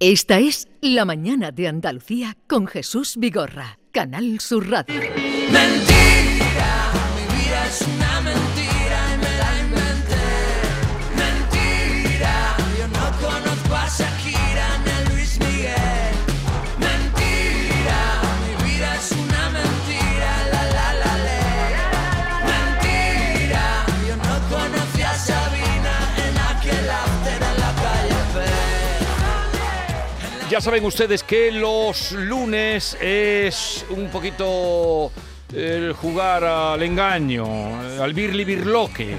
Esta es La Mañana de Andalucía con Jesús Vigorra, Canal Sur Radio. Mentira, mi vida es una mentira y me la inventé. Mentira, yo no conozco a Shakira ni a Luis Miguel. Mentira, mi vida es una mentira, la la la la. Mentira, yo no conocí a Sabina en aquel after en la calle P. Ya saben ustedes que los lunes es un poquito el jugar al engaño, al birli birloque,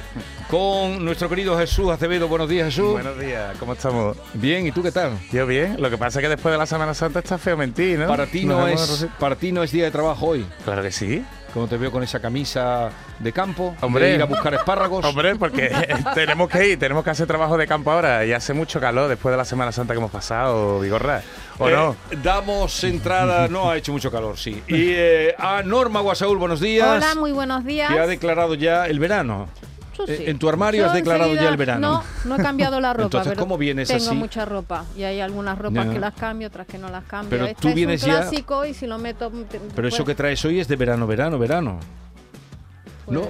con nuestro querido Jesús Acevedo. Buenos días, Jesús. Buenos días, ¿cómo estamos? Bien, ¿y tú qué tal? Yo bien, lo que pasa es que después de la Semana Santa está feo mentir, ¿no? Para ti, Nos no hemos es, roce- para ti no es día de trabajo hoy, Claro que sí. como te veo con esa camisa de campo, Hombre. de ir a buscar espárragos. Hombre, porque tenemos que ir, tenemos que hacer trabajo de campo ahora y hace mucho calor después de la Semana Santa que hemos pasado, Vigorra. ¿O Eh, no? Damos entrada, no ha hecho mucho calor, sí. Y eh, a Norma Guasaúl, buenos días. Hola, muy buenos días. que ha declarado ya el verano. Yo sí. En tu armario has Yo declarado enseguida- ya el verano. No, no he cambiado la ropa. Entonces, pero ¿cómo vienes Tengo así? mucha ropa y hay algunas ropas Ya. que las cambio, otras que no las cambio. Pero Este tú es vienes un ya- clásico y si lo meto. te- Pero eso que pues- traes hoy es de verano, verano, verano. pues, no.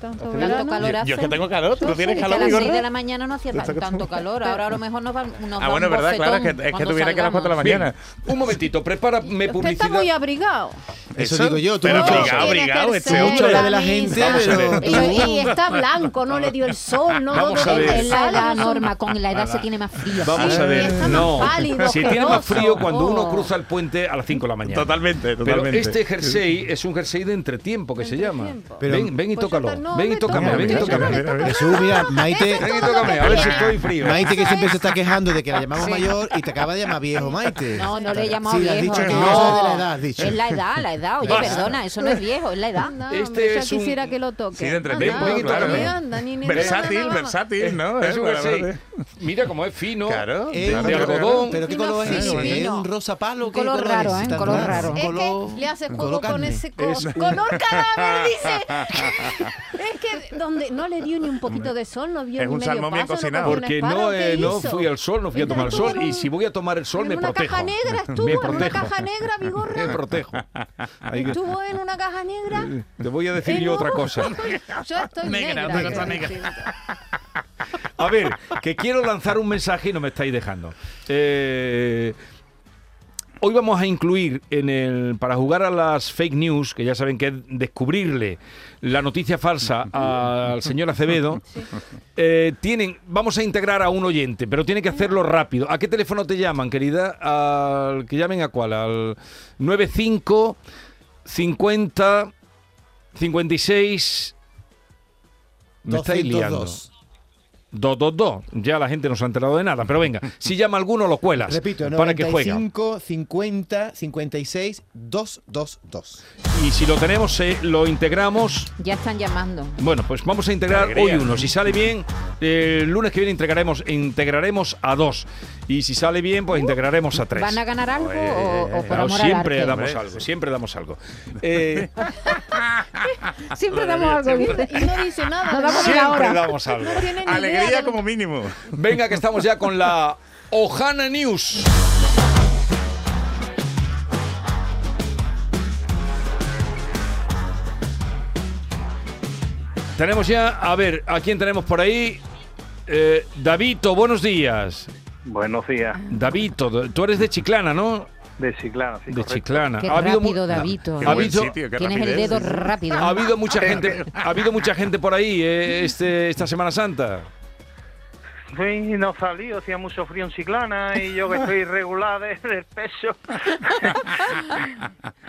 Tanto Hace verano. Tanto calor hace. Yo es que tengo calor, ¿tú no tienes Es que calor, a las 6 Vigorra? de la mañana no hacía ¿Te está tan- tanto calor. Ahora a lo mejor nos va, nos Ah, da bueno, un verdad, claro, es que, bofetón es que cuando tú vienes aquí a las 4 de la salgamos. Bien, mañana. un momentito, prepárame Usted está publicidad. muy abrigado. Eso digo yo, tú Pero mucho- abrigado, Tiene abrigado, este tercer, mucho hombre. la de la gente, camisa. pero Y, y está blanco, no le dio el sol, no Vamos no- a ver. el Es la sal, no edad, son- Norma, con la edad se tiene más frío. Vamos Sí, a ver. está más No, pálido, si tiene más asqueroso. frío cuando uno Oh. cruza el puente a las 5 de la mañana. Totalmente, Pero totalmente. este jersey es un jersey de entretiempo que se llama. Entretiempo. Pero- ven, ven y Pues yo tócalo. ta- no, ven y me toca, tócame, Mira, ven y mira, tócame. mira, mira. Jesús, mira, Maite, Ven y tócame, a ver si estoy frío. Maite que siempre se está quejando de que la llamamos mayor y te acaba de llamar viejo, Maite. No, no le he llamado Sí, le has viejo. dicho que no. eso es de la edad, has dicho. Es la edad, la edad. Oye, Basta. perdona, eso no es viejo, es la edad. No, Este hombre, ya es un- quisiera que lo toque. Sí, de entretenimiento, Anda, Ven, claro. ni anda, ni- ni- Versátil, nada, nada, nada. versátil, ¿no? Es un Eh, jersey. Mira cómo es fino. Claro. Eh, De- claro, de pero- claro. algodón. ¿Pero qué Fino, color es fino, eso? ¿Es fino. un rosa palo? ¿Qué Color raro, es? ¿eh? Tan Color raro. un Es color- que le hace un juego color con carne. ese co- color cadáver, dice. es que donde no le dio ni un poquito de sol, no vio Es ni un medio salmón bien paso, cocinado. comió un Porque espárrago, no, ¿qué eh, no hizo? fui al sol, no fui a tomar el Entonces, sol. tuvo Y un- si voy a tomar el sol, en me una protejo. caja negra estuvo, me en protejo. una caja negra, Me Vigorra. protejo. Ahí que- Estuvo en una caja negra. Te voy a decir en yo un- otra cosa. Yo estoy negra. otra cosa que negra. distinto. A ver, que quiero lanzar un mensaje y no me estáis dejando. Eh, hoy vamos a incluir en el para jugar a las fake news, que ya saben que es descubrirle la noticia falsa al señor Acevedo. eh, tienen, vamos a integrar a un oyente, pero tiene que hacerlo rápido. ¿A qué teléfono te llaman, querida? Al que llamen a cuál, al 95 50 56 me estáis liando. 202. 222. Ya la gente no se ha enterado de nada, pero venga, si llama alguno lo cuelas Repito, para que juegue. 95, 50, 56, 222. Y si lo tenemos, eh, lo integramos. Ya están llamando. Bueno, pues vamos a integrar Alegría. hoy uno. Si sale bien, eh, el lunes que viene integraremos, integraremos a dos. Y si sale bien, pues integraremos a tres. Uh, ¿Van a ganar algo Pues, o, o por Claro, amor eh, siempre al arte? damos algo, siempre damos algo. Eh, Siempre damos algo, dice. Y no dice nada. Nos ¿verdad? damos la siempre hora. damos algo. No tiene ni idea de Alegría lo- como mínimo. Venga, que estamos ya con la Ojana News. Tenemos ya, a ver, ¿a quién tenemos por ahí? Eh, Davito, buenos días. Buenos días, Ah. Davito, tú eres de Chiclana, ¿no? de Chiclana, sí, De correcto. Chiclana. Qué mu- Ah, rápido, Davito. Qué Ha buen habido- sitio, qué Tienes el rapidez. dedo rápido. Ha habido mucha gente, ha habido mucha gente por ahí eh, este, esta Semana Santa. Sí, no salí, hacía mucho frío en Chiclana y yo que estoy irregular desde el peso.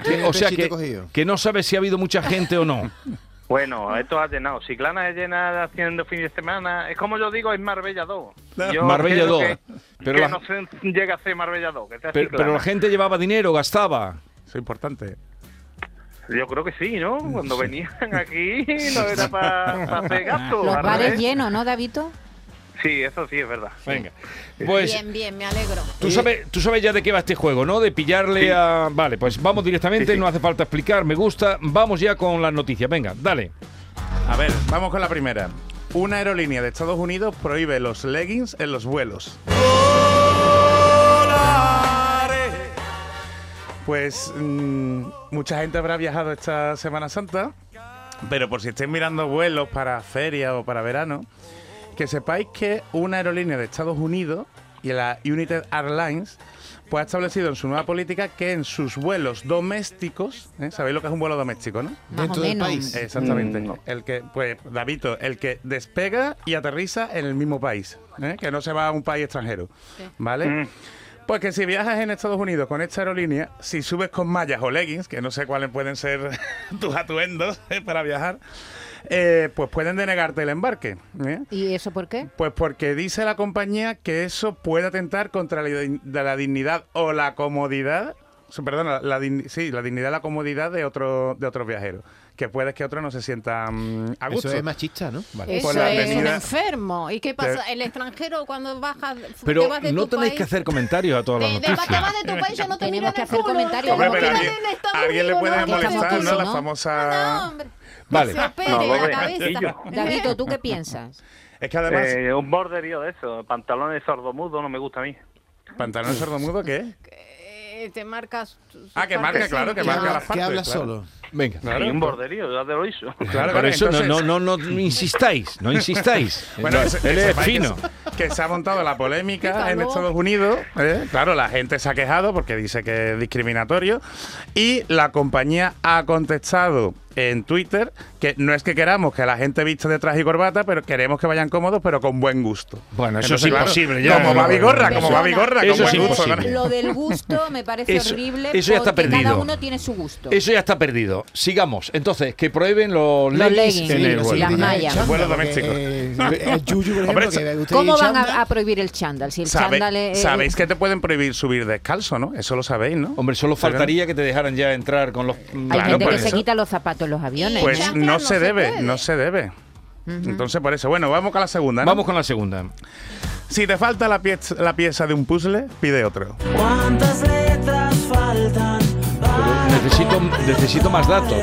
Que- o sea Pechito que, cogido. que no sabes si ha habido mucha gente o no. Bueno, esto ha llenado. Chiclana es llena haciendo fin de semana. Es como yo digo, es Marbella 2. Yo Marbella creo 2. Que, Pero que la- no se llega a ser Marbella 2, que sea Pero, pero la Chiclana. gente llevaba dinero, gastaba. Eso es importante. Yo creo que sí, ¿no? Cuando venían aquí no era para hacer gasto. Los al bares revés. llenos, ¿no, Davito? Sí, eso sí es verdad. Venga. Pues Bien, bien, me alegro. tú sabes, tú sabes ya de qué va este juego, ¿no? De pillarle a. Vale, pues vamos directamente, Sí, sí. no hace falta explicar, me gusta. Vamos ya con las noticias. Venga, dale. A ver, vamos con la primera. Una aerolínea de Estados Unidos prohíbe los leggings en los vuelos. Pues mm, mucha gente habrá viajado esta Semana Santa, pero por si estáis mirando vuelos para feria o para verano, que sepáis que una aerolínea de Estados Unidos y la United Airlines pues ha establecido en su nueva política que en sus vuelos domésticos, ¿eh? sabéis lo que es un vuelo doméstico, ¿no? Más Dentro o del menos. país. Exactamente. Mm, no. El que, pues, Davito, el que despega y aterriza en el mismo país, ¿eh? que no se va a un país extranjero, ¿vale? Mm. Pues que si viajas en Estados Unidos con esta aerolínea, si subes con mallas o leggings, que no sé cuáles pueden ser tus atuendos ¿eh? para viajar, eh, pues pueden denegarte el embarque. ¿eh? ¿Y eso por qué? Pues porque dice la compañía que eso puede atentar contra la, din- de la dignidad o la comodidad, su- perdona, la, din- sí, la dignidad, la comodidad de otro de otros viajeros, que puede que otros no se sientan mm, a gusto. Eso es machista, ¿no? Vale. Eso Por la es un avenida- enfermo. ¿Y qué pasa? El extranjero cuando bajas te Pero vas de no tu tenéis país, que hacer comentarios a todas las De, de noticias. te vas de tu país, yo no te Tenemos miro en que el hacer culo, comentarios. te Hombre, miro pero a en alguien, Estados a alguien le Unidos, puede no, que estamos molestar, todos, ¿no? La ¿no? famosa... Vale. vale. se opere No, la hombre, cabeza. yo- Davidito, ¿tú qué piensas? Es que además, Eh, un borderío de eso, pantalones sordomudo no me gusta a mí. pantalón sordomudo, ¿qué? Eh, te marcas. su- Ah, que su marca, parte claro, que sin- Que marca habla, las partes, que habla claro. solo. Venga. Claro, Sí, un borderío, ya te lo hizo. claro, Por claro, eso no- entonces- no, no, no insistáis, no insistáis. Bueno, Eh, No, que se- que él es sepáis que fino. se- Que, se ha montado la polémica Qué en calor. Estados Unidos. ¿eh? Claro, la gente se ha quejado porque dice que es discriminatorio. Y la compañía ha contestado en Twitter que no es que queramos que la gente vista de traje y corbata, pero queremos que vayan cómodos, pero con buen gusto. Bueno, eso es Entonces, imposible, ya. Como va Vigorra, como va Perdona, Vigorra, Eso con es buen gusto. imposible. ¿no? Lo del gusto me parece Eso- horrible eso ya está porque cada perdido. uno tiene su gusto. Eso ya está perdido. Sigamos. Entonces, que prueben los, Los leggings leggings. en el Sí, vuelo. las mallas. Chanda, Vuelo porque, doméstico. eh, el Yuyu, por Hombre, ejemplo, que usted ¿Cómo y van Chanda- a, a prohibir el chándal? Si el Sabe- chándal es. Sabéis que te pueden prohibir subir descalzo, ¿no? Eso lo sabéis, ¿no? Hombre, solo Pero- faltaría que te dejaran ya entrar con los. Hay Claro, gente por que se eso. quita los zapatos en los aviones. Pues- ¿eh? Pues Ya, no claro, se no se debe, puede. no se debe. Entonces, por eso, bueno, vamos con la segunda. ¿no? Vamos con la segunda. Si te falta la pieza, la pieza de un puzzle, pide otro. ¿Cuántas letras faltan? Necesito, necesito más datos.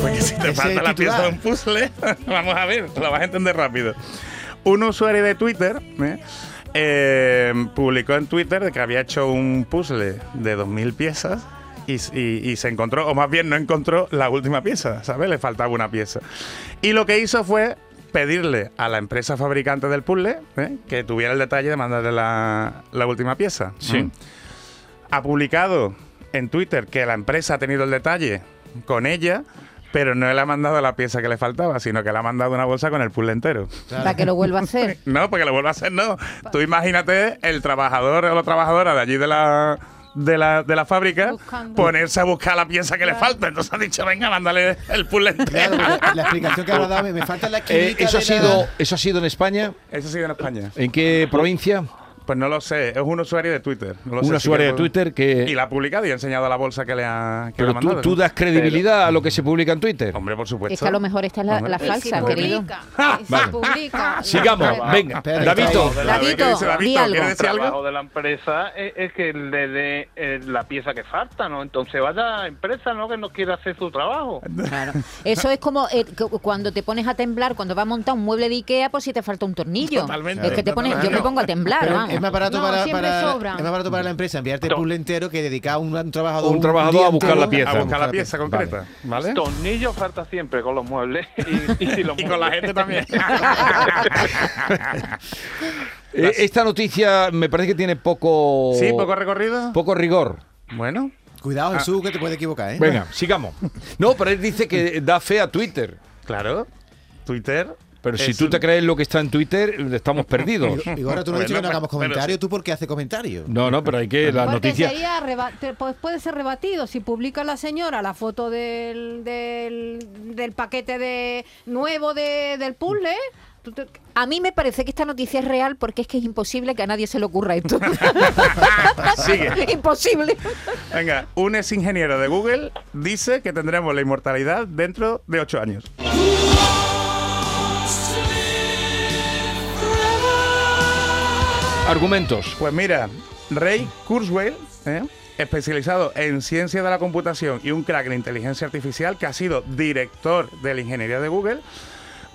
Porque si te Ese falta la titular. pieza de un puzzle, vamos a ver, lo vas a entender rápido. Un usuario de Twitter ¿eh? Eh, publicó en Twitter de que había hecho un puzzle de 2.000 piezas y, y- y se encontró, o más bien no encontró la última pieza, ¿sabes? Le faltaba una pieza. Y lo que hizo fue pedirle a la empresa fabricante del puzzle ¿eh? que tuviera el detalle de mandarle la, la última pieza. Sí. Mm. Ha publicado en Twitter que la empresa ha tenido el detalle con ella, pero no le ha mandado la pieza que le faltaba, sino que le ha mandado una bolsa con el puzzle entero. Para que lo vuelva a hacer. No, porque lo vuelve a hacer, no. Tú imagínate el trabajador o la trabajadora de allí de la. De la, de la fábrica, Buscando. ponerse a buscar la pieza que le falta. Entonces ha dicho, venga, mándale el puzzle entero. Claro, la, la explicación que ahora dado me, me falta la Eh, química eso, ha de la- sido, ¿Eso ha sido en España? Eso sigue en España. ¿En qué provincia? Pues no lo sé, es un usuario de Twitter. No lo sé Un si usuario de quiero- Twitter Y que. la ha publicado y ha enseñado la bolsa que le ha, que le ha Pero tú, mandado. tú ¿no? das credibilidad a lo que se publica en Twitter. Hombre, por supuesto. Es que a lo mejor esta es la, Hombre. la Y si falsa, querido. publica, y Ah, si Vale. publica. Pues Sigamos, venga. Espera, Davito. está David, ¿qué Davito, dice Davito? di ¿Quiere algo. El decir algo? trabajo de la empresa es, es que le dé eh, la pieza que falta, ¿no? Entonces vaya empresa, ¿no? Que no quiere hacer su trabajo. Claro. Eso es como eh, cu- cuando te pones a temblar, cuando vas a montar un mueble de Ikea, por si te falta un tornillo. Totalmente. Es que te pones, yo Totalmente. me pongo a temblar, Pero vamos. es más barato No, para, siempre para- sobra. es más barato para la empresa enviarte el No. puzzle entero que dedicar a un, a un trabajador Un trabajador día a buscar entero la pieza. a buscar la la pieza Vale. concreta, ¿vale? Tornillo falta siempre con los muebles y, y si los Y con la muebles- gente también. Eh, esta noticia me parece que tiene poco. ¿Sí? ¿Poco recorrido? poco rigor. Bueno. Ah. Cuidado, Jesús, que te puede equivocar, ¿eh? Venga, sigamos. No, pero él dice que da fe a Twitter. Claro. Twitter. Pero si es tú un- te crees lo que está en Twitter, estamos perdidos. Y ahora tú no has dicho Bueno, que no hagamos pero- comentarios, ¿tú por qué haces comentarios? No, no, pero hay que pues la Porque noticia. sería reba- te- pues puede ser rebatido si publica la señora la foto del, del, del paquete de nuevo de, del puzzle. tú te- A mí me parece que esta noticia es real porque es que es imposible que a nadie se le ocurra esto. Sigue. imposible. Venga, un ex ingeniero de Google dice que tendremos la inmortalidad dentro de ocho años. Argumentos. Pues mira, Ray Kurzweil, ¿eh? especializado en ciencia de la computación y un crack en inteligencia artificial, que ha sido director de la ingeniería de Google,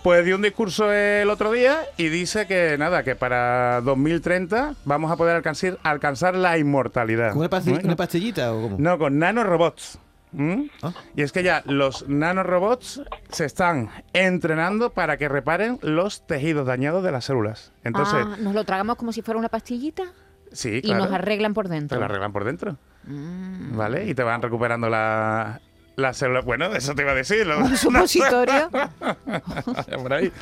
Pues dio un discurso el otro día y dice que nada, que para 2030 vamos a poder alcanzar, alcanzar la inmortalidad. ¿Con una, pasti- Bueno. una pastillita o cómo? No, con nanorobots. ¿Mm? Ah. Y es que ya los nanorobots se están entrenando para que reparen los tejidos dañados de las células. Entonces, Ah, nos lo tragamos como si fuera una pastillita sí, y claro, nos arreglan por dentro. te lo arreglan por dentro. Mm. ¿Vale? Y te van recuperando la, las células. Bueno, eso te iba a decir. lo- Un supositorio por ahí.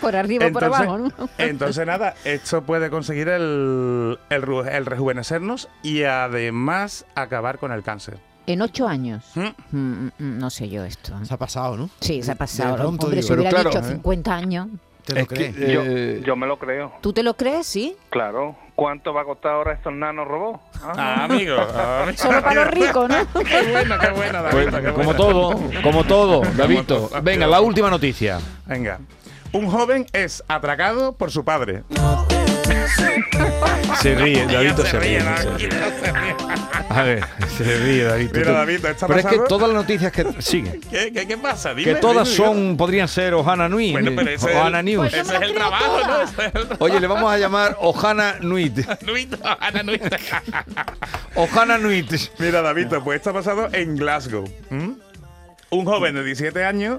por arriba o por abajo, ¿no? entonces, nada, esto puede conseguir el, el, ru- el rejuvenecernos y además acabar con el cáncer. En ocho años. ¿Mm? Mm, mm, mm, no sé yo esto. Se ha pasado, ¿no? Sí, se ha De pasado. pronto, Hombre, digo. si Pero hubiera claro, dicho ¿eh? 50 años. ¿Te lo Es que, crees? Yo, eh, yo me lo creo. ¿Tú te lo crees? Sí. Claro. ¿Cuánto va a costar ahora estos nanorobots? Ah, Ah, amigo. amigo. Solo para los ricos, ¿no? Qué bueno, qué bueno, pues, David, qué como bueno. todo, como todo, Davito. todo. Venga, la última noticia. Venga. Un joven es atracado por su padre. Se ríe, Davito se ríe. David. se ríe. A ver, se ríe, Davito. Mira, Tú- Davito, ¿está Pero es que pasando? todas las noticias que siguen, ¿Qué, qué, qué pasa? Dime, que todas dime, son, podrían ser Ohana Nui, Bueno, pero eh, ese es Ohana el- pues News. Ese es el trabajo, ¿no? Ese es el- Oye, le vamos a llamar Ohana Nuit. Nuito, Ana Nuito. Ohana Nuit. Mira, Davito, pues esto ha pasado en Glasgow. ¿m? Un joven de 17 años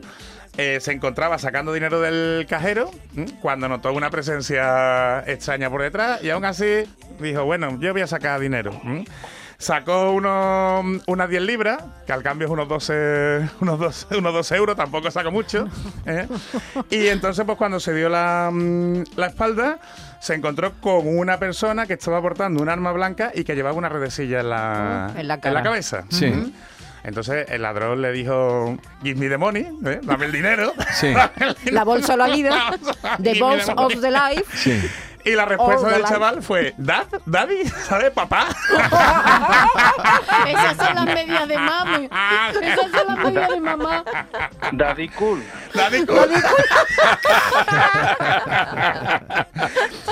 eh, se encontraba sacando dinero del cajero ¿m? cuando notó una presencia extraña por detrás y aún así dijo, bueno, yo voy a sacar dinero. ¿m? Sacó unos- unas 10 libras, que al cambio es unos 12, unos 12, unos 12 euros, tampoco saco mucho. ¿eh? Y entonces, pues cuando se dio la, mm, la espalda, se encontró con una persona que estaba portando un arma blanca y que llevaba una redecilla en la, Mm, en la cara. cabeza. Sí. Ujú. Entonces el ladrón le dijo, give me the money, ¿eh? dame el dinero. Sí. La bolsa de la vida. Give The me balls of the life. Sí. Y la respuesta All the del life. chaval fue, dad, daddy, ¿sabes? Papá. Esas son las medias de mami. Esas son las medias de mamá. Daddy Cool. Daddy cool.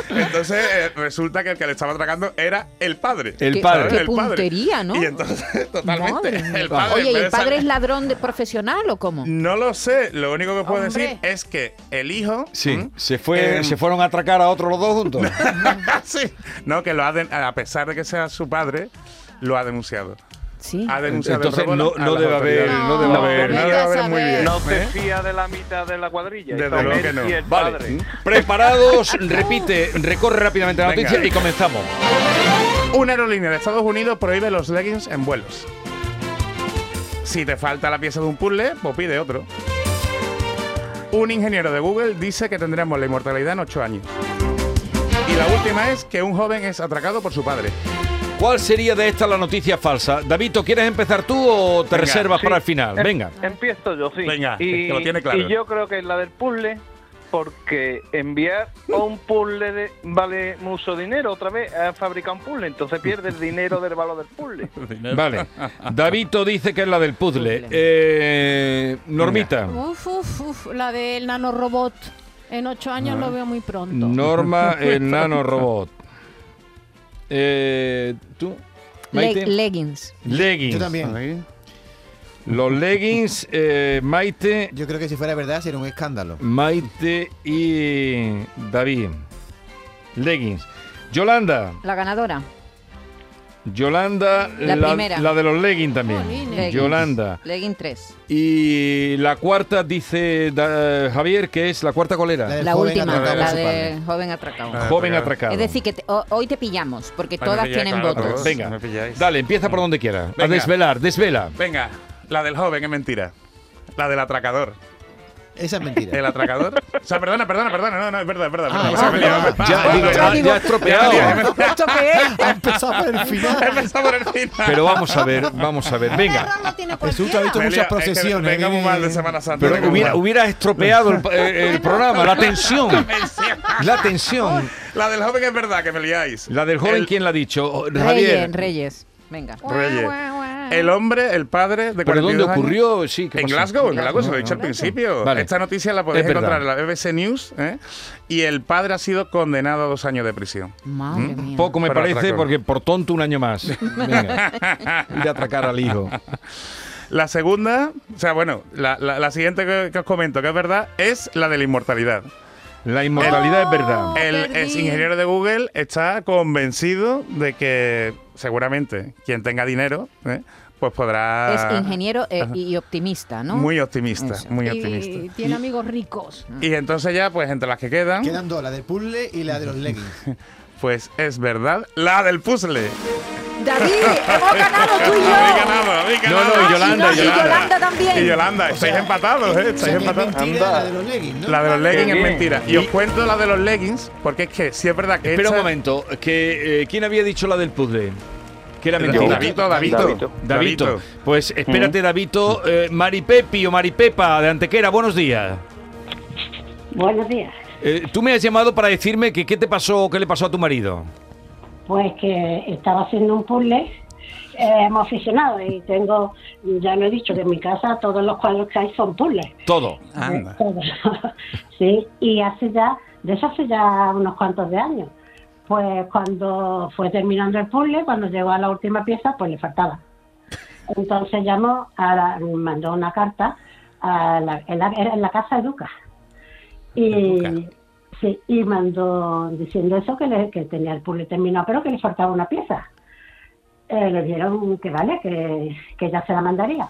Entonces eh, resulta que el que le estaba atracando era el padre. El Qué- padre. qué El padre. puntería, ¿no? Y entonces, totalmente. Madre mía. El padre, Oye, ¿y pero el esa- padre es ladrón de- profesional o cómo? No lo sé, lo único que puedo Hombre. decir es que el hijo. Sí, ¿Mm? se, fue, Em, se fueron a atracar a otros los dos juntos. sí. No, que lo ha den- a pesar de que sea su padre, lo ha denunciado. Sí. Ha denunciado. el Entonces robo no, a no las debe haber, autoridades. no debe No, haber. vete No a debe haber muy saber. bien. No te ¿eh? fías de la mitad de la cuadrilla. Desde Son luego él que no. y el Vale. padre. Preparados, repite, recorre rápidamente la Venga. noticia y comenzamos. Una aerolínea de Estados Unidos prohíbe los leggings en vuelos. Si te falta la pieza de un puzzle, pues pide otro. Un ingeniero de Google dice que tendremos la inmortalidad en 8 años. Y la última es que un joven es atracado por su padre. ¿Cuál sería de esta la noticia falsa? Davito, ¿quieres empezar tú o te Venga, reservas sí. para el final? Em- Venga. Empiezo yo, sí. Venga, que lo tiene claro. Y yo creo que es la del puzzle, porque enviar un puzzle de- vale mucho dinero otra vez a fabricar un puzzle, entonces pierde el dinero del valor del puzzle. Vale. Davito dice que es la del puzzle. Puzzle. Eh, Normita. Uf, uf, uf. La del nanorobot. En ocho años Este lo veo muy pronto. Norma el nanorobot. Eh, ¿Tú? Le- Maite. leggings. leggings. Yo también. Los leggings, eh, Maite, Yo creo que si fuera verdad sería un escándalo. Maite y David. Leggings. Yolanda. La ganadora. Yolanda, La primera. Oh, la de los leggings también. Jolines. Leggings. Yolanda. Legging 3. Y la cuarta dice da- eh, Javier, que es la cuarta La colera. del La joven última, atracado por la su de padre. joven atracado. Ah, Joven claro. atracado. Es decir, que te- ho- hoy te pillamos, porque Ay, me todas pilláis, tienen claro, votos. todos. Venga, Me pilláis. dale, empieza por donde quiera. A Venga. desvelar, desvela. Venga, la del joven es mentira. La del atracador. Esa es ¿El mentira. atracador? O sea, perdona, perdona, perdona. No, no, es verdad, es verdad. Ah, perdona, se ah, me ha liado. ah, Ya, Vale, digo, ya, vale. ya estropeado. Ya, ya, ¿Esto qué es? Ha empezado por el He final. empezado por el final. Pero vamos a ver, vamos a ver. Venga. Perra no tiene Jesús, ¿te ha cualquiera. visto Me he muchas liado. Es que procesiones. Venga muy vive- mal de Semana Santa. eh, Pero venga muy hubiera, mal. hubiera estropeado el, eh, el programa, la tensión. La tensión. La del joven es verdad que me liáis. La del joven, El- ¿quién la ha dicho? Oh, Reyes, Javier. Reyes. Venga. Reyes. El hombre, el padre de ¿Pero dónde 42 años. ocurrió? Sí, ¿qué En pasó? Glasgow, en Glasgow, se lo he Ah, dicho al principio. Vale. Esta noticia la podéis Es verdad. encontrar en la BBC News. ¿eh? Y el padre ha sido condenado a dos años de prisión. Madre Mm, mía. Poco me Pero parece atracón. porque por tonto un año más. Venga, ir a atracar al hijo. La segunda, o sea, bueno, la, la- la siguiente que, que os comento, que es verdad, es la de la inmortalidad. La inmortalidad es verdad. El, perdí. ex ingeniero de Google está convencido de que seguramente quien tenga dinero, ¿eh? pues podrá... Es ingeniero eh, Ajá. y optimista, ¿no? Muy optimista, Eso. muy Y optimista. tiene amigos ricos. Y entonces ya, pues entre las que quedan, Quedan dos, la del puzzle y la de los leggings. pues es verdad, la del puzzle. David, hemos ganado tú y yo. Habéis ganado, habéis No, no, ganado. y Yolanda, y no, y Yolanda. Yolanda también. Y Yolanda, estáis empatados, ¿eh? O sea, Estáis que es empatados. mentira Anda. la de los leggings, ¿no? La de los leggings es bien. mentira. Y os cuento la de los leggings, porque es que sí es verdad que. Espera un esta- momento, que eh, ¿quién había dicho la del puzzle? Que era mentira. Davito, Davito. Davito. Davito. Pues espérate, Davito. Eh, Maripepi o Maripepa de Antequera, buenos días. Buenos días. Eh, tú me has llamado para decirme que qué te pasó o qué le pasó a tu marido. Pues que estaba haciendo un puzzle eh, hemos aficionado y tengo, ya lo he dicho, que en mi casa todos los cuadros que hay son puzzles. Todo. Anda. Todos. sí, y hace ya, de eso hace ya unos cuantos de años. Pues cuando fue terminando el puzzle, cuando llegó a la última pieza, pues le faltaba. Entonces llamó, a la- mandó una carta, a la, en, la, era en la casa de Duca. Y, Duca. sí, y mandó diciendo eso, que, le- que tenía el puzzle terminado, pero que le faltaba una pieza. Eh, le dieron que vale, que, que ya se la mandaría.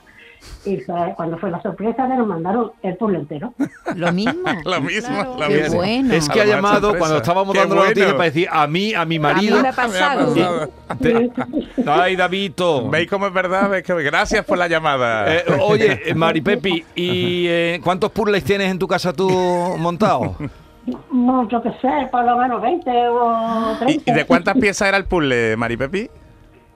Y fue- cuando fue la sorpresa, le mandaron el puzzle entero. Lo mismo. La misma, Claro. la Qué misma. bueno. Es que A ha lo más llamado sorpresa. cuando estábamos Qué dando la noticia bueno. para decir a mí, a mi A marido. mí me ha pasado. Me ha pasado. te- Ay, Davito. ¿Veis cómo es verdad? ¿Veis que- Gracias por la llamada. Eh, oye, eh, Maripepi, ¿y eh, cuántos puzzles tienes en tu casa tú montado? No, yo qué sé, por lo menos 20 o 30. ¿Y, y de cuántas piezas era el puzzle, Mari Pepi?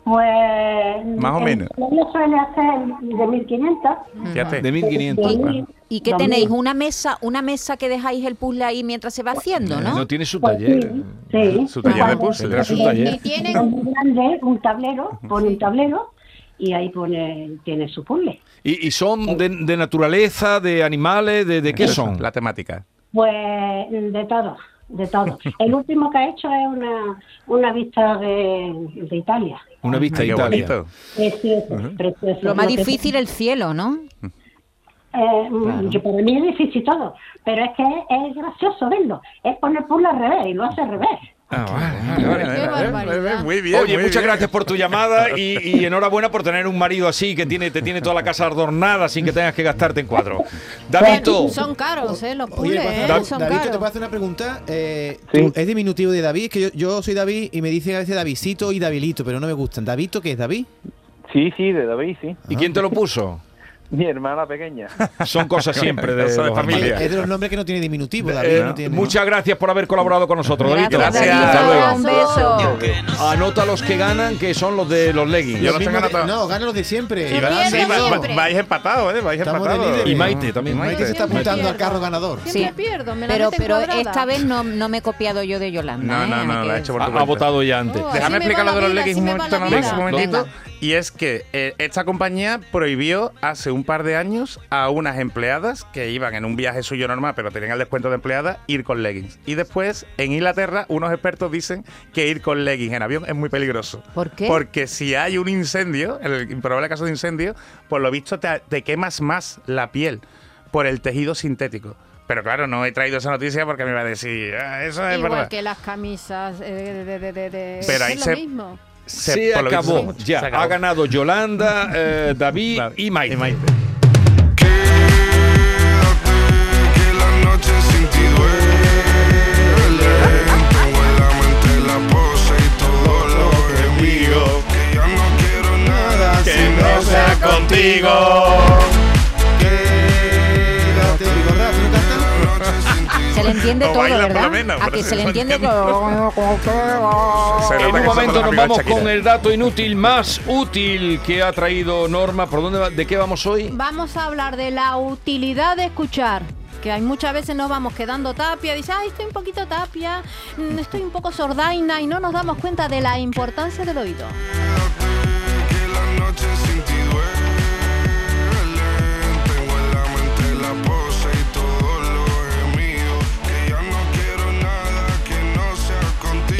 Pues. Más o el menos. puzzle suele hacer de 1500. Fíjate. De 1500. de ¿Y, mil- y qué dos tenéis? mil. Una mesa, una mesa que dejáis el puzzle ahí mientras se va haciendo, Eh, ¿no? No tiene su Pues taller. Sí, sí. Su taller de Ajá. Tendrá su puzzle. Y taller. Es tienen muy grande, un tablero, pone un tablero y ahí pone, tiene su puzzle. ¿Y, y son de, de naturaleza, de animales, de, de qué son? La temática. Pues de todo, de todo. El último que ha hecho es una, una vista de, de Italia. Una vista Ay, de qué Italia. bonito. Precioso, precioso. Lo más que- difícil el cielo, ¿no? Eh, mm, yo- para mí es difícil todo, pero es que es, es gracioso verlo. Es poner puzzle al revés y lo hace al revés. barbaridad. Muy bien. Ah, Oye, muy muchas bien. gracias por tu llamada y, y enhorabuena por tener un marido así que tiene, te tiene toda la casa adornada sin que tengas que gastarte en cuadros. Davito, Pues, Son caros, ¿eh? Los Oye, pules, ¿puedo hacer ¿eh? una- Son David, que te puedo caros. hacer una pregunta. Eh, Sí. tú- es diminutivo de David, que yo, yo soy David y me dicen a veces Davidcito y Davilito, pero no me gustan. ¿Davito qué es David? Sí, sí, de David, sí. ¿y quién te lo puso? Mi hermana pequeña. Son cosas siempre de, Eso de los familia. hermanos. Es de los nombres que no tiene diminutivo, David. Eh, no tiene- muchas gracias por haber colaborado con nosotros, Davito. Gracias. David. Hasta luego. Un beso. Anota los que ganan, que son los de los leggings. Yo Los los tengo mismos de- anotados. no, ganan los de siempre. Y ganan Ganan siempre. los de- Va- siempre. Vais empatados, ¿eh? Vais Estamos de empatados. líderes. Y Maite también. Yo Maite se está siempre apuntando al pierdo. carro ganador. Siempre Sí. pierdo, me la Pero, meten pero cuadrada. esta vez no, no me he copiado yo de Yolanda. No, no, ¿eh? no, la he hecho por Ha, tu ha cuenta. votado ya antes. Oh, No, Déjame así me explicar va lo de la los vida, leggings así un me va momento, la nada más, vida. un momentito. Venga. Y es que eh, esta compañía prohibió hace un par de años a unas empleadas que iban en un viaje suyo normal, pero tenían el descuento de empleada, ir con leggings. Y después, en Inglaterra, unos expertos dicen que ir con leggings en avión es muy peligroso. ¿Por qué? Porque si hay un incendio, en el improbable caso de incendio, por lo visto te, te quemas más la piel por el tejido sintético. Pero claro, no he traído esa noticia porque me iba a decir, "Ah, eso es Igual verdad. que las camisas eh, de, de, de, de, de- Pero es ahí lo se- mismo. Se- Se por lo visto, acabó. se Ya, acabó. ha ganado Yolanda, eh, David Vale. y Maite. Y Maite. que la noche sin ti duele. Tengo en la mente la pose y todo lo que es mío. Que ya no quiero nada que no sea contigo. Quédate, Bigorra, ¿tú no cantas? Se le entiende O todo, baila por lo ¿verdad? menos, a pero que se se le lo entiende entiende. todo. Se nota En que un somos momento los nos amigos vamos de Shakira. con el dato inútil más útil que ha traído Norma. ¿Por dónde va- ¿De qué vamos hoy? Vamos a hablar de la utilidad de escuchar. Que hay muchas veces nos vamos quedando tapia, dice, ay, estoy un poquito tapia, mm, estoy un poco sordaina y no nos damos cuenta de la importancia del oído. Que la noche sin ti duele. Tengo en la mente la pose y todo lo que es mío. Que ya no quiero nada que no sea contigo.